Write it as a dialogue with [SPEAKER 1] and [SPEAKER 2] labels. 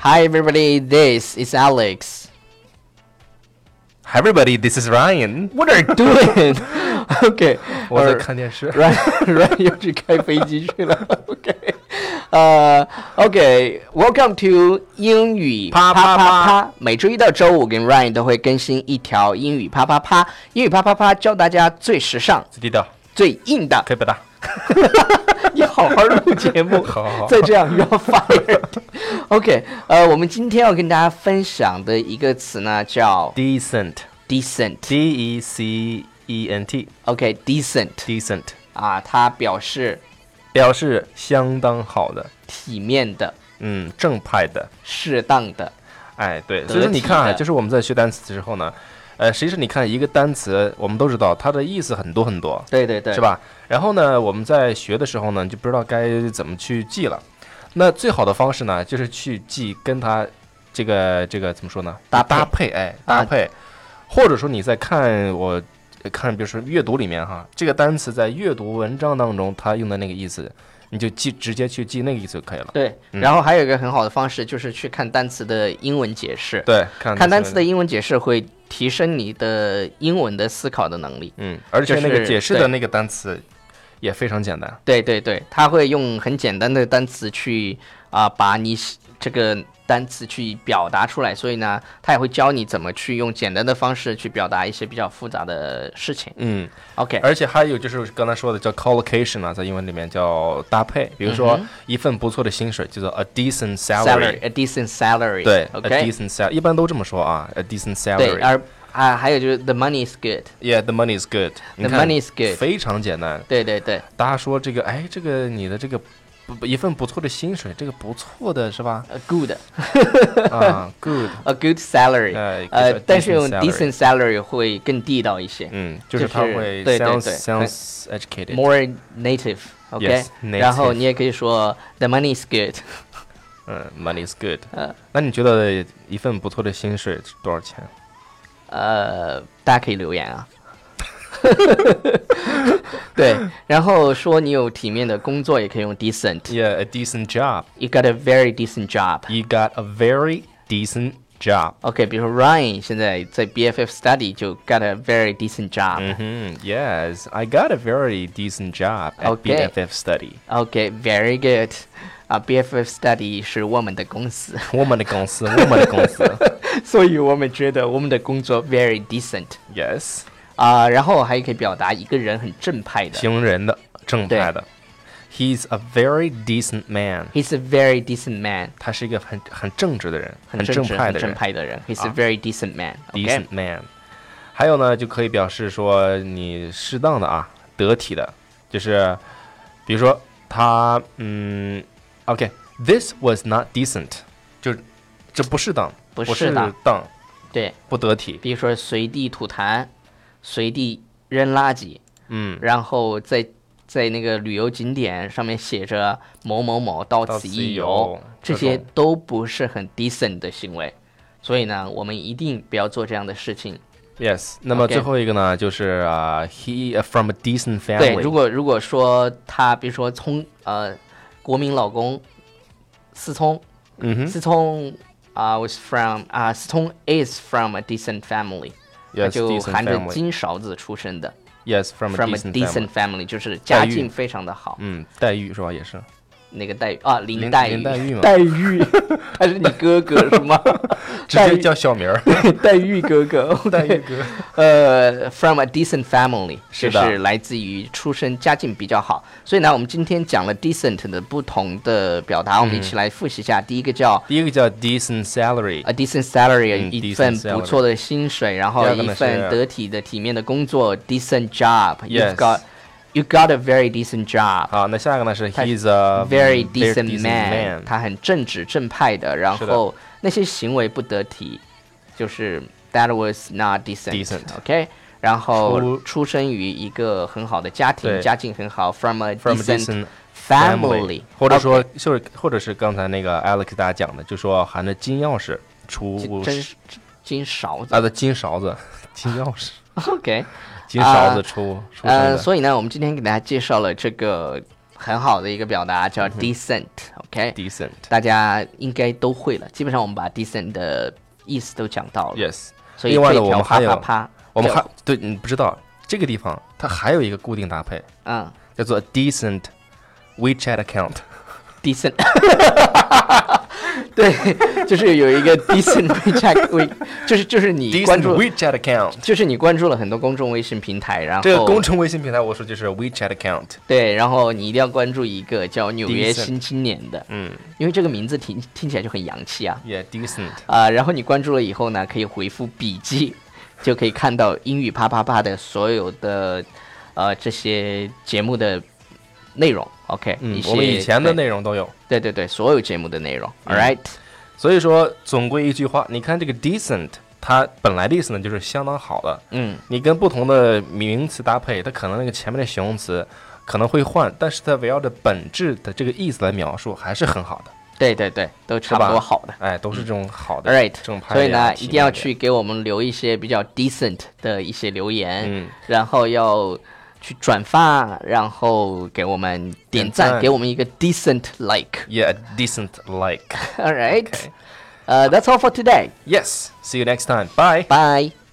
[SPEAKER 1] Hi everybody, this is Alex.
[SPEAKER 2] Hi everybody, this is Ryan。
[SPEAKER 1] What are you doing? OK，
[SPEAKER 2] 我在
[SPEAKER 1] 呃
[SPEAKER 2] 看电视。
[SPEAKER 1] Ryan Ryan 又去开飞机去了。OK，呃、o k w e l c o m e Uh, to 英语
[SPEAKER 2] 啪
[SPEAKER 1] 啪
[SPEAKER 2] 啪啪
[SPEAKER 1] 啪。每周一到周五跟 Ryan 都会更新一条英语啪啪啪。英语啪啪啪教大家最时尚、
[SPEAKER 2] 最地道，
[SPEAKER 1] 最硬的。
[SPEAKER 2] 可以不大。
[SPEAKER 1] 你好好录节目，
[SPEAKER 2] 好好 好
[SPEAKER 1] 再这样 you're fired。OK，呃，Uh, 我们今天要跟大家分享的一个词呢叫
[SPEAKER 2] Decent，D
[SPEAKER 1] decent。
[SPEAKER 2] E C E N T，decent，
[SPEAKER 1] OK，decent 啊，它表示
[SPEAKER 2] 表示相当好的，
[SPEAKER 1] 体面的、
[SPEAKER 2] 嗯，正派的。
[SPEAKER 1] 适当的。
[SPEAKER 2] 哎，对，
[SPEAKER 1] 得
[SPEAKER 2] 所以说你看
[SPEAKER 1] 体
[SPEAKER 2] 啊，
[SPEAKER 1] 的
[SPEAKER 2] 就是我们在学单词的时候呢，呃，实际上你看一个单词，我们都知道它的意思很多很多，
[SPEAKER 1] 对对对，
[SPEAKER 2] 是？吧？然后呢，我们在学的时候呢，就不知道该怎么去记了。那最好的方式呢，就是去记跟它这个这个怎么说呢？
[SPEAKER 1] 搭配
[SPEAKER 2] 搭配，哎，
[SPEAKER 1] 啊
[SPEAKER 2] 搭配，或者说你在看我看，比如说阅读里面哈，这个单词在阅读文章当中它用的那个意思，你就记直接去记那个意思就可以了。
[SPEAKER 1] 对，
[SPEAKER 2] 嗯
[SPEAKER 1] 然后还有一个很好的方式就是去看单词的英文解释，
[SPEAKER 2] 对，看
[SPEAKER 1] 看单词的，英文解释会提升你的英文的思考的能力。
[SPEAKER 2] 嗯，而且那
[SPEAKER 1] 就
[SPEAKER 2] 个
[SPEAKER 1] 是
[SPEAKER 2] 解释
[SPEAKER 1] 对
[SPEAKER 2] 的那个单词也非常简单。
[SPEAKER 1] 对对对，他会用很简单的单词去啊、把你喜这个单词去表达出来，所以呢，他也会教你怎么去用简单的方式去表达一些比较复杂的事情。
[SPEAKER 2] 嗯，
[SPEAKER 1] OK，
[SPEAKER 2] 而且还有就是刚才说的叫 collocation 啊，在英文里面叫搭配，比如
[SPEAKER 1] 嗯
[SPEAKER 2] 说一份不错的薪水叫做 a decent salary，
[SPEAKER 1] salary，a decent salary，
[SPEAKER 2] 对，a
[SPEAKER 1] ，OK，
[SPEAKER 2] decent salary，一般都这么说啊，a decent
[SPEAKER 1] 对，
[SPEAKER 2] salary。
[SPEAKER 1] 而啊还有就是 the money is good，
[SPEAKER 2] Yeah，the money is good。
[SPEAKER 1] The
[SPEAKER 2] 你看
[SPEAKER 1] money is good
[SPEAKER 2] 非常简单。
[SPEAKER 1] 对对对
[SPEAKER 2] 大家说这个，哎，这个你的这个不不一份不错的薪水，这个不错的是 吧？
[SPEAKER 1] ，a good。
[SPEAKER 2] 啊，good。
[SPEAKER 1] a good salary，
[SPEAKER 2] 哎
[SPEAKER 1] 呃
[SPEAKER 2] ，good，，
[SPEAKER 1] 但是用
[SPEAKER 2] decent
[SPEAKER 1] decent salary 会更地道一些
[SPEAKER 2] 嗯，就是
[SPEAKER 1] 就是
[SPEAKER 2] 他会
[SPEAKER 1] 对对
[SPEAKER 2] sounds
[SPEAKER 1] 对
[SPEAKER 2] sounds educated。
[SPEAKER 1] ，more native，OK，、
[SPEAKER 2] Yes，
[SPEAKER 1] 然后
[SPEAKER 2] native
[SPEAKER 1] 你也可以说 the money is good，
[SPEAKER 2] 嗯，money is good
[SPEAKER 1] 呃。
[SPEAKER 2] 那你觉得一份不错的薪水是多少钱？
[SPEAKER 1] 呃，大家可以留言啊。 对，然后说你有体面的工作，也可以用 decent。
[SPEAKER 2] Yeah, a decent job.
[SPEAKER 1] You got a very decent job.
[SPEAKER 2] You got a very decent job.
[SPEAKER 1] OK，比如说 Ryan 现在在 BFF study 就 got a very decent job、
[SPEAKER 2] Mm-hmm. Yes, I got a very decent job at
[SPEAKER 1] Okay.
[SPEAKER 2] BFF study.
[SPEAKER 1] OK，very、good。啊，BFF study 是我们的公司，
[SPEAKER 2] 我们的公司，我们的公司。
[SPEAKER 1] 所以我们觉得我们的工作 very decent。
[SPEAKER 2] Yes，
[SPEAKER 1] 啊、然后还可以表达一个人很正派的。
[SPEAKER 2] 形容人的，正派的。He's a very decent man.
[SPEAKER 1] He's a very decent man，
[SPEAKER 2] 他是一个很-很正直的人，
[SPEAKER 1] 很正直、很
[SPEAKER 2] 很正派的人。
[SPEAKER 1] 正派的人。He's a
[SPEAKER 2] 啊
[SPEAKER 1] very decent man、OK。
[SPEAKER 2] Decent man。还有呢，就可以表示说你适当的啊，得体的，就是比如说他嗯，OK，this、was not decent，就是这不适当，
[SPEAKER 1] 不
[SPEAKER 2] 不
[SPEAKER 1] 适当
[SPEAKER 2] 当，
[SPEAKER 1] 对，
[SPEAKER 2] 不得体。
[SPEAKER 1] 比如说随地吐痰，随地扔垃圾，
[SPEAKER 2] 嗯，
[SPEAKER 1] 然后在在那个旅游景点上面写着某某某到
[SPEAKER 2] 到
[SPEAKER 1] 此
[SPEAKER 2] 此
[SPEAKER 1] 一
[SPEAKER 2] 一
[SPEAKER 1] 游
[SPEAKER 2] 游，
[SPEAKER 1] 这
[SPEAKER 2] 这
[SPEAKER 1] 些
[SPEAKER 2] 种
[SPEAKER 1] 都不是很 decent 的行为，所以呢，我们一定不要做这样的事情。
[SPEAKER 2] Yes，那么
[SPEAKER 1] OK
[SPEAKER 2] 最后一个呢就是啊、h e from a decent
[SPEAKER 1] 对
[SPEAKER 2] family。，
[SPEAKER 1] 如果如果说他，比如说聪呃，国民老公思聪，
[SPEAKER 2] 嗯哼
[SPEAKER 1] 思聪啊、was from 啊、思聪 is from a decent family，他
[SPEAKER 2] ，Yes，
[SPEAKER 1] 就
[SPEAKER 2] decent
[SPEAKER 1] 含着
[SPEAKER 2] family。
[SPEAKER 1] 金勺子出生的。
[SPEAKER 2] Yes from a
[SPEAKER 1] from a decent。
[SPEAKER 2] decent family
[SPEAKER 1] family，就是家
[SPEAKER 2] 遇
[SPEAKER 1] 境非常的好，
[SPEAKER 2] 嗯，黛玉是吧？也是。
[SPEAKER 1] 那个黛玉啊，林
[SPEAKER 2] 林
[SPEAKER 1] 黛玉，
[SPEAKER 2] 林黛玉嘛
[SPEAKER 1] 黛玉他是你哥哥是吗？
[SPEAKER 2] 直
[SPEAKER 1] 黛
[SPEAKER 2] 接
[SPEAKER 1] 玉
[SPEAKER 2] 叫小名儿，
[SPEAKER 1] 黛玉哥哥，OK，
[SPEAKER 2] 黛玉哥。
[SPEAKER 1] 呃，from a decent family，就是
[SPEAKER 2] 的
[SPEAKER 1] 是来自于出身家境比较好。所以呢，我们今天讲了 decent 的不同的表达，
[SPEAKER 2] 嗯
[SPEAKER 1] 我们一起来复习一下。第一个叫
[SPEAKER 2] 第一个叫 decent salary，
[SPEAKER 1] a decent salary，
[SPEAKER 2] 嗯
[SPEAKER 1] 一
[SPEAKER 2] decent
[SPEAKER 1] 份不错的薪水，然后
[SPEAKER 2] 第二个
[SPEAKER 1] 一
[SPEAKER 2] 呢
[SPEAKER 1] 份
[SPEAKER 2] 是
[SPEAKER 1] 得体的、体面的工作，decent job。You've
[SPEAKER 2] Yes
[SPEAKER 1] got you got a very decent job。
[SPEAKER 2] 好，那下一个呢是
[SPEAKER 1] 他
[SPEAKER 2] He's a
[SPEAKER 1] very
[SPEAKER 2] Mm, decent
[SPEAKER 1] decent man，
[SPEAKER 2] man
[SPEAKER 1] 他很正直正派的，然
[SPEAKER 2] 是的
[SPEAKER 1] 后那些行为不得体，就是 that was not decent，OK
[SPEAKER 2] Decent。
[SPEAKER 1] 然后
[SPEAKER 2] 出
[SPEAKER 1] 出生于一个很好的家庭，
[SPEAKER 2] 对
[SPEAKER 1] 家境很好，from a
[SPEAKER 2] from a
[SPEAKER 1] decent
[SPEAKER 2] decent
[SPEAKER 1] family，
[SPEAKER 2] 或者
[SPEAKER 1] OK，
[SPEAKER 2] 说就是或者是刚才那个 Alex 给大家讲的，就说含着金钥匙出
[SPEAKER 1] 金真真金勺子
[SPEAKER 2] 啊的金 勺子，金钥匙，
[SPEAKER 1] ，OK，
[SPEAKER 2] 金勺子出出生
[SPEAKER 1] 啊呃，
[SPEAKER 2] 的。
[SPEAKER 1] 所以呢，我们今天给大家介绍了这个很好的一个表达，叫 decent，OK，、
[SPEAKER 2] 嗯 decent.
[SPEAKER 1] 大家应该都会了。基本上我们把 decent 的意思都讲到了
[SPEAKER 2] Yes，
[SPEAKER 1] 所以
[SPEAKER 2] 另外呢
[SPEAKER 1] 这
[SPEAKER 2] 我
[SPEAKER 1] 条
[SPEAKER 2] 们
[SPEAKER 1] 啪
[SPEAKER 2] 还有
[SPEAKER 1] 啪啪，
[SPEAKER 2] 我们
[SPEAKER 1] 这
[SPEAKER 2] 还对你不知道这个地方它还有一个固定搭配，
[SPEAKER 1] 嗯
[SPEAKER 2] 叫做 decent WeChat account。
[SPEAKER 1] decent，对，就是有一个 decent WeChat We，就是就是你
[SPEAKER 2] decent
[SPEAKER 1] 关注，
[SPEAKER 2] WeChat account。
[SPEAKER 1] 就是你关注了很多公众微信平台，然后
[SPEAKER 2] 这个公众微信平台我说就是 WeChat account。
[SPEAKER 1] 对，然后你一定要关注一个叫《纽约
[SPEAKER 2] Decent
[SPEAKER 1] 新青年》的，
[SPEAKER 2] 嗯
[SPEAKER 1] 因为这个名字听听起来就很洋气啊
[SPEAKER 2] ，Yeah decent。
[SPEAKER 1] 啊、然后你关注了以后呢，可以回复笔记，就可以看到英语啪啪啪的所有的呃这些节目的内容。OK，、
[SPEAKER 2] 嗯
[SPEAKER 1] 一，些
[SPEAKER 2] 我们以前的
[SPEAKER 1] 对
[SPEAKER 2] 内容都有。
[SPEAKER 1] 对对对，所有节目的内容。All
[SPEAKER 2] 嗯
[SPEAKER 1] right，
[SPEAKER 2] 所以说，总归一句话，你看这个 decent，它本来的意思呢就是相当好的。
[SPEAKER 1] 嗯，
[SPEAKER 2] 你跟不同的名词搭配，它可能那个前面的形容词可能会换，但是它围绕着本质的这个意思来描述，还是很好的。
[SPEAKER 1] 对对对，都差不
[SPEAKER 2] 是
[SPEAKER 1] 多
[SPEAKER 2] 吧
[SPEAKER 1] 好的。
[SPEAKER 2] 哎，都是这种好的
[SPEAKER 1] All right，
[SPEAKER 2] 这种排
[SPEAKER 1] 所以
[SPEAKER 2] 列啊
[SPEAKER 1] 呢，一定要。
[SPEAKER 2] 体验
[SPEAKER 1] 去给我们留一些比较 decent 的一些留言。
[SPEAKER 2] 嗯，
[SPEAKER 1] 然后要去转发，然后给我们点赞，
[SPEAKER 2] 点赞
[SPEAKER 1] 给我们一个 decent like。
[SPEAKER 2] Yeah, a decent like.
[SPEAKER 1] All right，
[SPEAKER 2] Okay.
[SPEAKER 1] 呃、t h a t s all for today.
[SPEAKER 2] Yes. See you next time. Bye.
[SPEAKER 1] Bye.